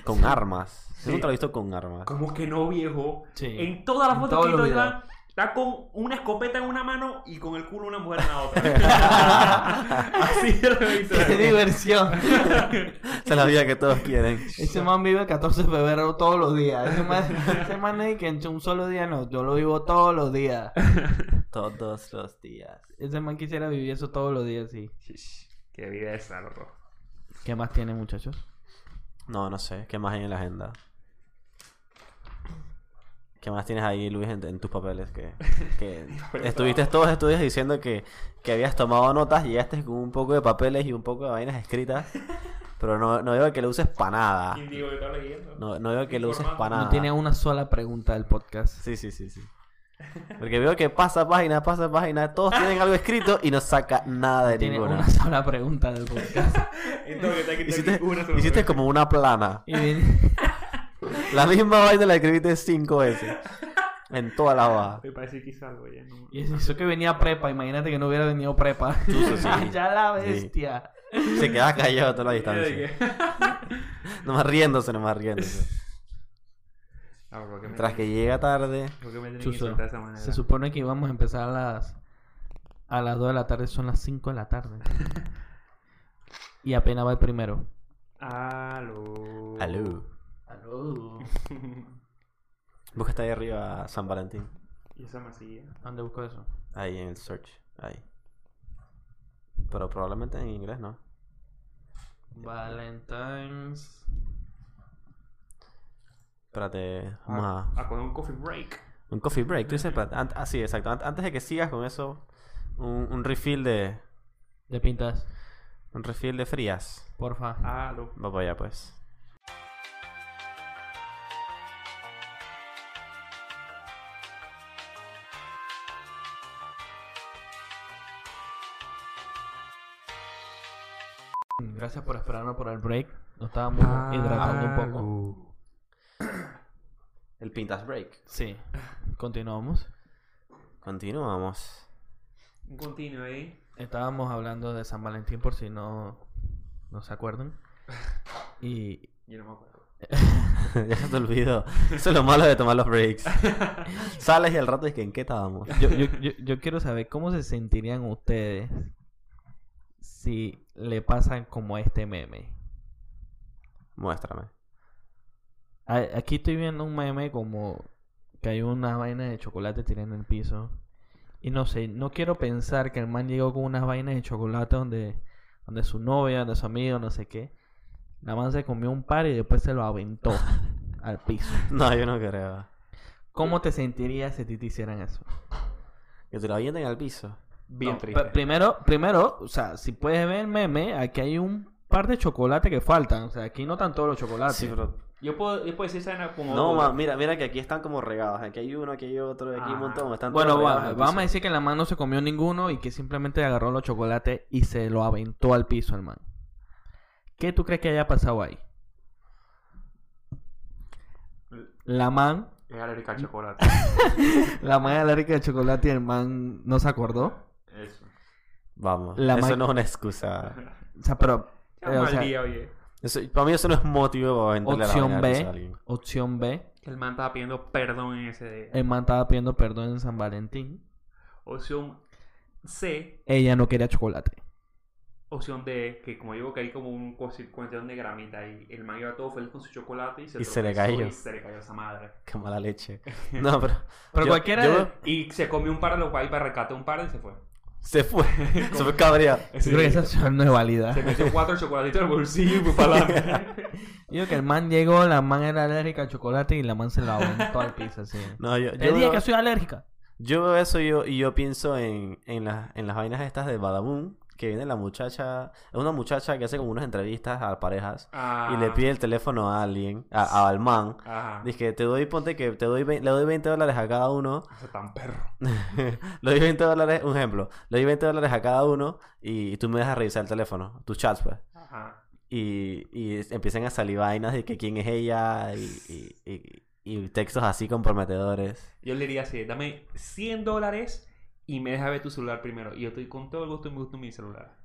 B: Con armas. Yo
A: Sí.
B: nunca lo he visto con armas.
A: ¿Cómo que no, viejo?
C: Sí.
A: En todas las
C: En
A: fotos
C: todos
A: que
C: los
A: yo
C: videos.
A: iba, está con una escopeta en una mano y con el culo una mujer en la otra. Así yo lo he visto.
C: ¡Qué diversión!
B: Esa es la vida que todos quieren.
C: Ese man vive el 14 de febrero todos los días. Ese man, ese man es que en un solo día no, yo lo vivo todos los días.
B: Todos los días.
C: Ese man quisiera vivir eso todos los días, sí.
A: Shish, Qué vida esa, loco.
C: ¿Qué más tiene, muchachos?
B: No, no sé. ¿Qué más hay en la agenda? ¿Qué más tienes ahí, Luis, en, en tus papeles? Que, que estuviste todos estos días diciendo que, que habías tomado notas, llegaste con un poco de papeles y un poco de vainas escritas, pero no, no veo que lo uses para nada.
A: ¿Quién digo que está leyendo?
B: Ah. No, no veo que lo uses para nada.
C: No tiene una sola pregunta del podcast.
B: Sí, sí, sí, sí. Porque veo que pasa página, pasa página, todos tienen algo escrito y no saca nada de
C: tiene
B: ninguna.
C: una sola pregunta del podcast.
A: Entonces, está aquí, está
B: Hiciste,
A: aquí, una sola
B: hiciste
A: vez.
B: como una plana.
C: Y viene-
B: La misma vaina la escribiste cinco veces. En toda la hoja.
A: Me parece que hice algo ya. No.
C: y eso que venía prepa, imagínate que no hubiera venido prepa.
B: sí, sí.
C: ya la
B: Sí.
C: bestia.
B: Se quedaba callado toda la
A: Ya
B: distancia.
A: dije.
B: Nomás riéndose, nomás riéndose.
A: Ah, bro, que me-
B: Mientras que llega tarde.
A: ¿Por qué me tienen que
C: Chuzo,
A: insultar de esa manera?
C: se supone que íbamos a empezar a las a las 2 de la tarde, son las 5 de la tarde. y apenas va el primero.
A: Aló.
B: Aló. Busca está ahí arriba San Valentín.
A: ¿Y esa masilla?
C: ¿Dónde busco eso?
B: Ahí en el search. Ahí. Pero probablemente en inglés, ¿no?
C: Valentine's
B: Espérate, vamos
A: Ah,
B: a...
A: ah, con un coffee break.
B: Un coffee break, tú dices... espérate, an- Ah, sí, exacto. An- Antes de que sigas con eso, un, un refill de...
C: De pintas,
B: Un refill de frías.
C: porfa.
A: Ah, lo-
B: Vamos allá, pues.
C: Gracias por esperarnos por el break. Nos estábamos hidratando un poco.
B: El pintas break.
C: Sí. Continuamos.
B: Continuamos.
A: Un continuo eh. ahí.
C: Estábamos hablando de San Valentín por si no, no se acuerdan. Y
A: Yo no me acuerdo.
B: ya se te olvidó. Eso es lo malo de tomar los breaks. Sales y al rato es que en qué estábamos.
C: yo, yo, yo, yo quiero saber cómo se sentirían ustedes si le pasan como este meme.
B: Muéstrame.
C: A- Aquí estoy viendo un meme como que hay una vaina de chocolate tirando en el piso. Y no sé, no quiero pensar que el man llegó con unas vainas de chocolate donde, donde su novia, donde su amigo, no sé qué. La man se comió un par y después se lo aventó al piso.
B: No, yo no creo.
C: ¿Cómo te sentirías si a ti te hicieran eso?
B: Que te lo avienten al piso.
A: Bien
C: No,
A: triste.
C: pe- Primero, primero, o sea, si puedes ver el meme, aquí hay un par de chocolate que faltan. O sea, aquí no están todos los chocolates.
B: Sí, pero-
A: Yo puedo, yo puedo decir esa como.
B: No, ma, mira, mira que aquí están como regados. Aquí hay uno, aquí hay otro, aquí hay un
A: Ah.
B: montón. Están
C: Bueno,
B: todos
C: va-
B: regados en el
C: vamos a
B: piso.
C: decir que la mano no se comió ninguno y que simplemente agarró los chocolates y se lo aventó al piso, hermano. ¿Qué tú crees que haya pasado ahí? La man,
A: Es alérgica al
C: Mm.
A: chocolate.
C: la man alérgica de chocolate y el man no se acordó.
A: Eso.
B: Vamos.
C: La
B: eso
C: ma-
B: no es una excusa.
C: O sea, pero
A: Qué
C: Eh, o
A: mal
C: sea,
A: día, oye.
B: Eso- para mí eso no es motivo para aventarle la
C: opción
B: vaina al piso a
C: B,
B: alguien.
C: opción B,
A: Que el man estaba pidiendo perdón en ese día.
C: el man estaba pidiendo perdón en San Valentín.
A: Opción C,
C: Ella no quería chocolate.
A: opción D, que como digo que hay como un cosi- cuestión de gramita y el man iba todo feliz con su chocolate y se,
B: Y se le
A: tropezó
B: cayó.
A: Y se le cayó esa madre.
B: Qué mala leche. No, pero.
C: Pero
B: yo-
C: cualquiera
B: yo-
C: de-
A: Y se comió un par de los guay para rescatar un par y se fue.
B: Se fue. se fue cabreado.
C: Yo creo que esa opción no es válida.
A: Se metió cuatro chocolatitos en el bolsillo y fue para adelante.
C: Yo digo que el man llegó, la man era alérgica al chocolate y la man se lo aventó al piso así.
B: No, yo, yo,
C: El día
B: veo,
C: que soy alérgica.
B: yo veo eso y yo, y yo pienso en, en, las- en las vainas estas de Badaboom. Que viene la muchacha. Es una muchacha que hace como unas entrevistas a parejas.
A: Ah,
B: Y le pide el teléfono a alguien. A, a- al man.
A: Ajá.
B: Dice que te doy, ponte que te doy, ve- le doy 20 dólares a cada uno.
A: Eso tan perro.
B: le doy 20 dólares, un ejemplo. Le doy 20 dólares a cada uno y, y tú me dejas revisar el teléfono, tus chats, pues.
A: Ajá.
B: Y, y es- empiezan a salir vainas de que quién es ella y, y- y- y textos así comprometedores.
A: Yo le diría así, dame 100 dólares y me deja ver tu celular primero. Y yo estoy con todo el gusto y me gusta mi celular.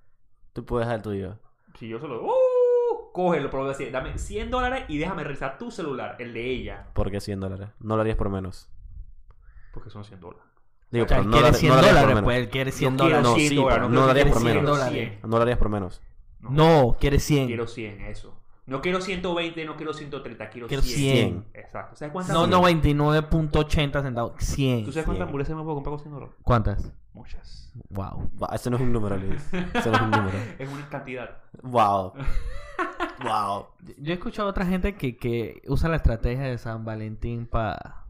B: Tú puedes dejar el tuyo.
A: Si yo solo, ¡uh! Cógelo, pero así, dame 100 dólares y déjame revisar tu celular, el de ella.
B: ¿Por qué 100 dólares? No lo harías por menos.
A: Porque son 100 dólares.
B: Digo,
C: O sea,
B: pero
C: él
B: no, lo
C: quiere
B: har-
C: 100
B: no lo harías por
C: dólares, pues
B: menos.
C: él quiere 100
A: No quiero
C: dólares.
B: No,
A: 100
B: sí,
A: dólares, no
B: pero no lo
A: creo
B: harías
A: que
B: por
A: quiere
B: menos.
A: 100
C: dólares.
B: No lo harías por menos.
A: No,
C: No, quiere 100.
A: quiero 100, eso. No quiero 120, no quiero 130, quiero,
C: Quiero
A: 100.
B: 100.
A: Exacto. ¿Sabes cuántas
C: No,
B: Sí.
C: 99.80 centavos.
A: ¿Tú
C: 100.
A: sabes cuántas
B: 100.
A: hamburguesas me puedo comprar con 100 dólares?
C: ¿Cuántas?
A: Muchas.
C: Wow.
B: Buah, Eso no es un número, Luis. Eso no es un número.
A: es una cantidad.
B: Wow. Wow.
C: Yo he escuchado a otra gente que, que usa la estrategia de San Valentín para...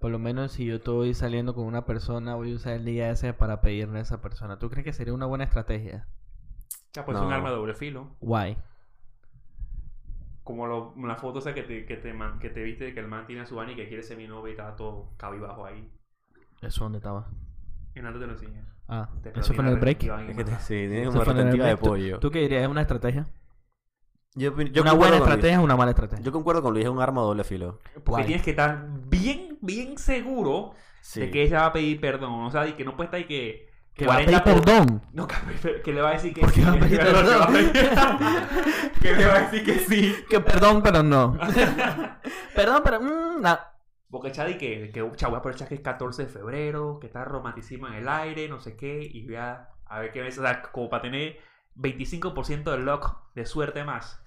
C: Por lo menos si yo estoy saliendo con una persona, voy a usar el día ese para pedirle a esa persona. ¿Tú crees que sería una buena estrategia?
A: Ya, pues es
B: No.
A: un arma de doble filo.
C: Guay.
A: Como lo- la foto esa que te, que, te, man- que te viste de que el man tiene a su van y que quiere ser mi novia y está todo cabibajo ahí.
C: ¿Eso dónde estaba?
A: Y no te lo enseño.
C: Ah,
A: Te
C: eso fue en
A: retira
C: el break.
A: y van y
B: Es que te-
A: matan.
B: sí, tiene
C: Eso
B: como
C: fue en el
B: retentiva de
C: break. ¿Tú-
B: pollo.
C: ¿Tú qué dirías? ¿Es una estrategia?
B: Yo, yo
C: ¿Una
B: concuerdo
C: buena
B: con Luis.
C: estrategia o una mala estrategia?
B: Yo concuerdo con Luis, es un arma de doble filo.
A: Porque
C: Guay.
A: tienes que estar bien, bien seguro
B: Sí.
A: de que ella va a pedir perdón. O sea, y que no puede estar y que.
C: Que va a
A: 40
C: pedir perdón.
A: No, que, que le va a decir que
C: ¿Por qué
A: sí.
C: va a pedir
A: que le va a
C: perdón?
A: pedir- que le va a decir que sí.
C: Que perdón, pero no. perdón, pero... mm, no.
A: Porque Chadi que, que chá, voy a aprovechar que es 14 de febrero, que está romanticismo en el aire, no sé qué, y voy a, a ver qué me dice. O sea, como para tener 25% de luck, de suerte más.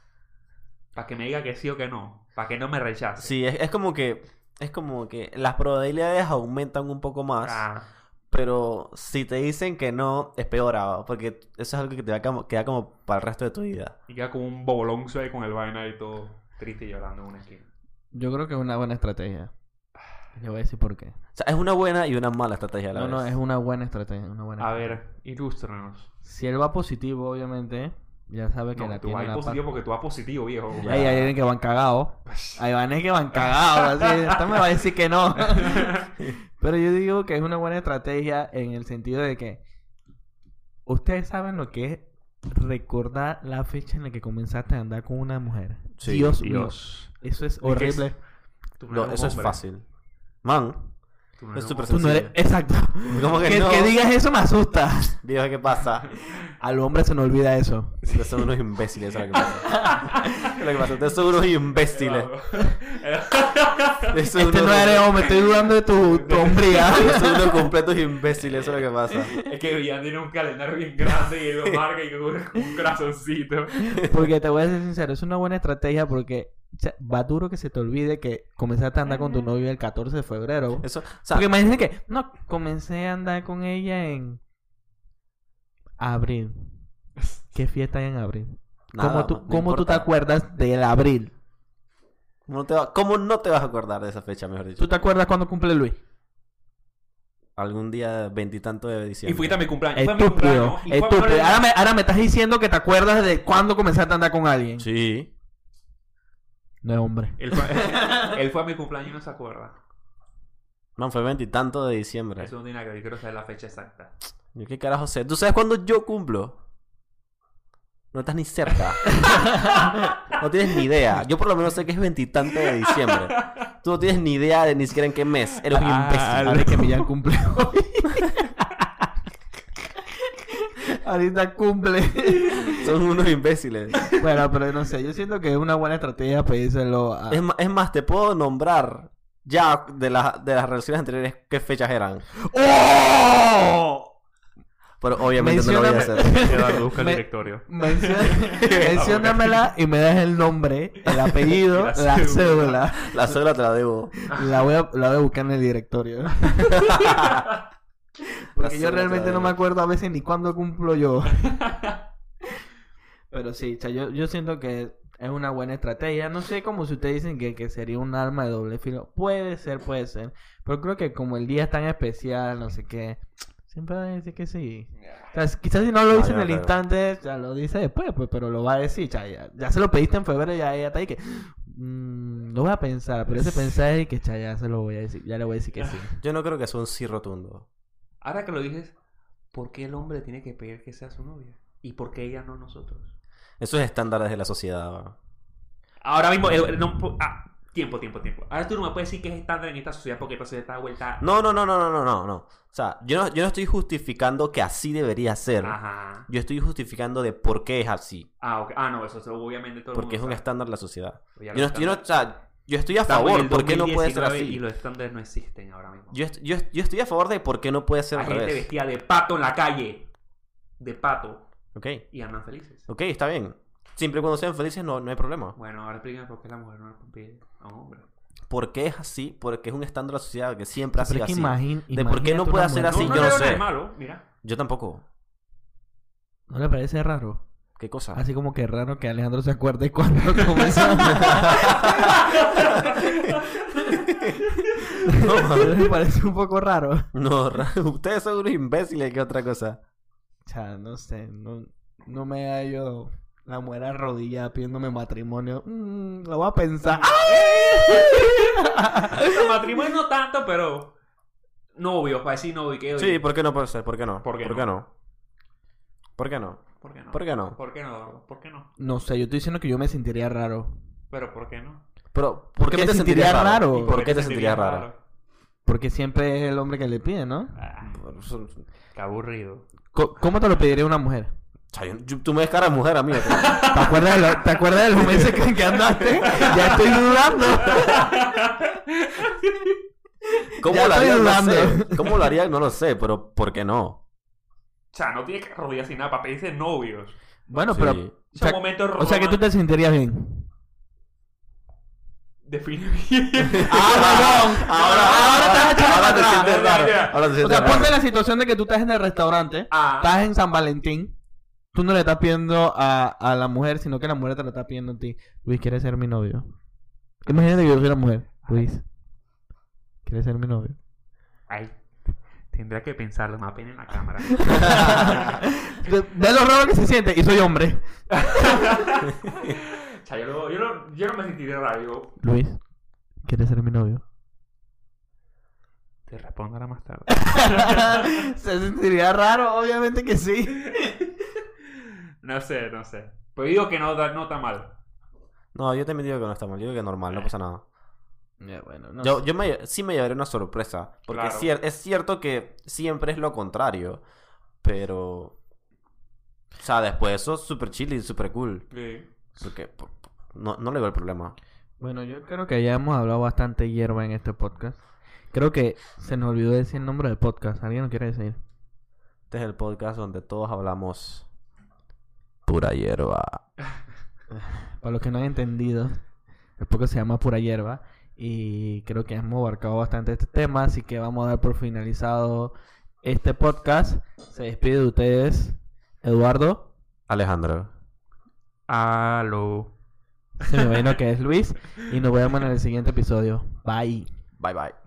A: Para que me diga que sí o que no. Para que no me rechace.
B: Sí, es, es como que es como que las probabilidades aumentan un poco más,
A: Ah,
B: pero si te dicen que no es peor, ah, porque eso es algo que te va a cam- quedar como para el resto de tu vida.
A: y queda como un bobolonzo ahí con el vaina y todo triste y llorando en una esquina.
C: Yo creo que es una buena estrategia. Le voy a decir por qué.
B: O sea, es una buena y una mala estrategia a la
C: No, no,
B: vez.
C: es una buena estrategia. Una buena
A: A
C: estrategia.
A: ver, ilústranos.
C: Si él va positivo, obviamente, ya sabe que
A: No,
C: la
A: tú
C: tiene
A: vas
C: a
A: a ir
C: la par.
A: positivo porque tú vas positivo, viejo.
B: Ya.
C: Ahí hay alguien que van cagados. Hay vanes que van cagados. Así, esta me va a decir que no. Pero yo digo que es una buena estrategia en el sentido de que ustedes saben lo que es recordar la fecha en la que comenzaste a andar con una mujer.
B: Sí,
C: Dios,
A: Dios.
C: mío. Eso
A: que es-
C: es horrible.
A: Tú
B: No,
A: eres un
B: eso es
A: hombre.
B: fácil. Man,
A: Tú no eres
B: Es
A: un
B: súper
A: hombre.
C: Tú no eres...
B: sencillo.
C: Exacto.
B: ¿Cómo que
C: que,
B: no?
C: que digas eso me asusta.
B: Dios, ¿qué pasa?
C: Al hombre se nos olvida eso.
B: Ustedes son unos imbéciles, eso es lo que pasa. Eso es lo que pasa. Ustedes son unos imbéciles. Ustedes son
C: Este no
B: unos-
C: eres hombre, estoy dudando de tu, tu hombría.
B: Ustedes son unos completos imbéciles, eso es lo que pasa.
A: Es que Villan tiene un calendario bien grande y él lo marca y con un corazoncito.
C: Porque te voy a ser sincero, es una buena estrategia porque o sea, va duro que se te olvide que comenzaste a andar con tu novio el 14 de febrero.
B: Eso, o sea,
C: Porque imagínate que, no, comencé a andar con ella en abril. ¿Qué fiesta hay en abril?
B: nada,
C: ¿Cómo, tú,
B: no
C: cómo tú te
B: importa.
C: acuerdas del abril?
B: ¿Cómo, te va- cómo no te vas a acordar de esa fecha, mejor dicho?
C: ¿Tú te acuerdas cuando cumple Luis?
B: Algún día veintitanto de
A: Y
B: diciembre.
A: fuiste a mi cumpleaños. Fue a mi
C: Estúpido,
A: cumpleaños, y fue a mi
C: estúpido.
A: cumpleaños.
C: Ahora me, ahora me estás diciendo que te acuerdas de cuándo comenzaste a andar con alguien.
B: Sí.
C: No es hombre.
A: Él fue, él fue a mi cumpleaños y no se acuerda.
B: Man, fue veintitanto de diciembre.
A: Eso no tiene nada que ver, yo quiero saber la fecha exacta.
B: Yo, ¿Qué carajo sé? ¿Tú sabes cuándo yo cumplo? No estás ni cerca. no tienes ni idea. Yo por lo menos sé que es veintitanto de diciembre. Tú no tienes ni idea de ni siquiera en qué mes. Eres
C: Ah,
B: un
C: Ahora
B: imbécil.
C: que Millán cumple hoy. Ahorita cumple.
B: Son unos imbéciles.
C: bueno, pero no sé, yo siento que es una buena estrategia pedírselo a...
B: Es, ma- es más, te puedo nombrar ya de, las de las relaciones anteriores qué fechas eran.
C: ¡Oh!
B: Pero obviamente no lo voy a
C: Mencióname.
B: hacer.
A: Eduardo, busca el
C: el Me-
A: directorio.
C: Menciónamela y me das el nombre, el apellido,
A: Y la
C: la cédula.
B: La cédula te la debo.
C: La voy, a, la voy a buscar en el directorio. Porque yo
B: cédula te
C: realmente
B: la
C: no me
B: debo.
C: acuerdo a veces ni cuándo cumplo yo. Pero sí, o sea, yo, yo siento que es una buena estrategia. No sé como si ustedes dicen que, que sería un arma de doble filo. Puede ser, puede ser. Pero creo que como el día es tan especial, no sé qué, siempre va a decir que sí. O sea, quizás si no lo
B: No,
C: dice
B: yo
C: en
B: no
C: el
B: creo.
C: instante, ya lo dice después, pues, pero lo va a decir. cha, ya, ya se lo pediste en febrero y ya ella está ahí que. mm, lo voy a pensar, pero ese pensar es que cha, ya se lo voy a decir, ya le voy a decir que sí.
B: Yo no creo que sea un sí rotundo.
A: Ahora que lo dices, ¿por qué el hombre tiene que pedir que sea su novia? ¿Y por qué ella no nosotros?
B: Esos estándares de la sociedad. ¿va?
A: Ahora mismo, eh,
B: Mm.
A: no, po- ah, tiempo, tiempo, tiempo. Ahora tú no me puedes decir que es estándar en esta sociedad porque esta sociedad está vuelta.
B: No, no, no, no, no, no, no, no. O sea, yo no, yo no estoy justificando que así debería ser.
A: Ajá.
B: Yo estoy justificando de por qué es así.
A: Ah, ok. ah, no, eso, eso obviamente todo el
B: Porque es
A: mundo
B: un
A: sabe.
B: estándar de la sociedad.
A: Ya
B: Yo no,
A: lo
B: yo no- o sea, yo estoy a
A: Estamos en
B: favor.
A: el
B: ¿Por qué no puede ser
A: 2019 Y
B: así?
A: los estándares no existen ahora mismo.
B: Yo, est- yo, est- yo estoy a favor de por qué no puede ser
A: Hay
B: al
A: gente
B: revés.
A: vestida de pato en la calle. De pato.
B: Ok,
A: Y andan felices.
B: ok, está bien. Siempre y cuando sean felices no, no hay problema.
A: Bueno, ahora explícame por qué la mujer no le pide a un hombre.
B: ¿Por qué es así? Porque es un estándar de la sociedad que siempre ha sido
C: Pero es que
B: así.
C: imagín-
B: De por qué no
C: imagínate
B: puede
C: una
B: hacer
C: mujer-
B: así,
A: no,
B: Ah, yo
A: no, no,
B: no sé.
A: es malo, mira.
B: Yo tampoco.
C: ¿No le parece raro?
B: ¿Qué cosa?
C: Así como que raro que Alejandro se acuerde cuando comenzó. no, me parece un poco raro.
B: No, ra- ustedes son unos imbéciles, ¿qué otra cosa?
C: O sea, no sé, no, no me ha yo la mujer arrodillada pidiéndome matrimonio. Mm, lo voy a pensar.
A: El matrimonio no tanto, pero. Novios, para decir novio. ¿qué?
B: Sí, ¿por qué no puede ser? ¿Por qué no?
A: ¿Por qué
B: ¿Por
A: no?
B: qué no? ¿Por qué no?
A: ¿Por qué no?
B: ¿Por qué no?
A: ¿Por qué no, Eduardo? ¿Por qué no?
C: No sé, yo estoy diciendo que yo me sentiría raro.
A: Pero ¿por qué no?
B: Pero, ¿por
C: qué
B: qué
C: me
B: te
C: sentiría
B: sentirías
C: raro?
B: raro?
C: ¿Y
B: ¿Y por qué te sentirías raro?
C: Porque siempre es el hombre que le pide, ¿no?
A: Ah,
B: Por- son- son-
A: qué aburrido.
C: Co- ¿Cómo te lo pediría una mujer?
B: o sea, yo- yo- tú me ves cara de mujer, amigo.
C: ¿Te acuerdas, de lo- ¿Te acuerdas de los meses que, que andaste? Ya estoy dudando.
B: ¿Cómo
C: Ya
B: lo
C: estoy
B: haría? No sé.
C: dudando.
B: ¿Cómo lo haría? No lo sé, pero ¿por qué no?
A: O sea, no tienes que rodearse sin nada para pedirse novios.
C: Bueno,
B: Sí.
C: pero...
A: Es
C: o sea,
A: un momento
C: o sea que tú te sentirías bien.
A: Define bien.
B: ¡Ah, no, no!
C: Ahora- ahora te has echado para
B: te
C: atrás.
B: sientes
A: Ya,
B: raro.
A: ya.
B: Ahora te
C: O
B: sientes
C: sea,
B: raro.
C: ponte la situación de que tú estás en el restaurante,
A: Ah.
C: estás en San Valentín, tú no le estás pidiendo a, a la mujer, sino que la mujer te lo está pidiendo a ti. Luis, ¿quieres ser mi novio? Imagínate que yo soy una mujer. Luis. ¿Quieres ser mi novio?
A: Ay, tendría que pensarlo, me da pena en la cámara.
C: Ve ve lo raro que se siente. Y soy hombre.
A: O sea, yo, lo- yo, lo- yo no me sentiría raro. Yo
C: Luis. ¿Quieres ser mi novio?
A: te respondo ahora más tarde.
C: se sentiría raro, obviamente que sí.
A: No sé, no sé. Pero digo que no, da- no está mal.
B: No, yo también digo que no está mal, yo digo que normal, no pasa nada.
C: Ya, bueno, no
B: Yo,
C: sé.
B: yo me, sí me llevaré una sorpresa, porque
A: Claro.
B: es, cier- es cierto que siempre es lo contrario, pero... O sea, después eso es súper chill y súper cool,
A: Sí.
B: porque p- p- no, no le veo el problema.
C: Bueno, yo creo que ya hemos hablado bastante hierba en este podcast. Creo que se nos olvidó decir el nombre del podcast. ¿Alguien lo quiere decir?
B: Este es el podcast donde todos hablamos pura hierba.
C: Para los que no han entendido, el podcast se llama Pura Hierba y creo que hemos abarcado bastante este tema, así que vamos a dar por finalizado este podcast. Se despide de ustedes, Eduardo.
B: Alejandro.
A: Aló.
C: Se me imagino que es Luis y nos vemos en el siguiente episodio. Bye.
B: Bye bye.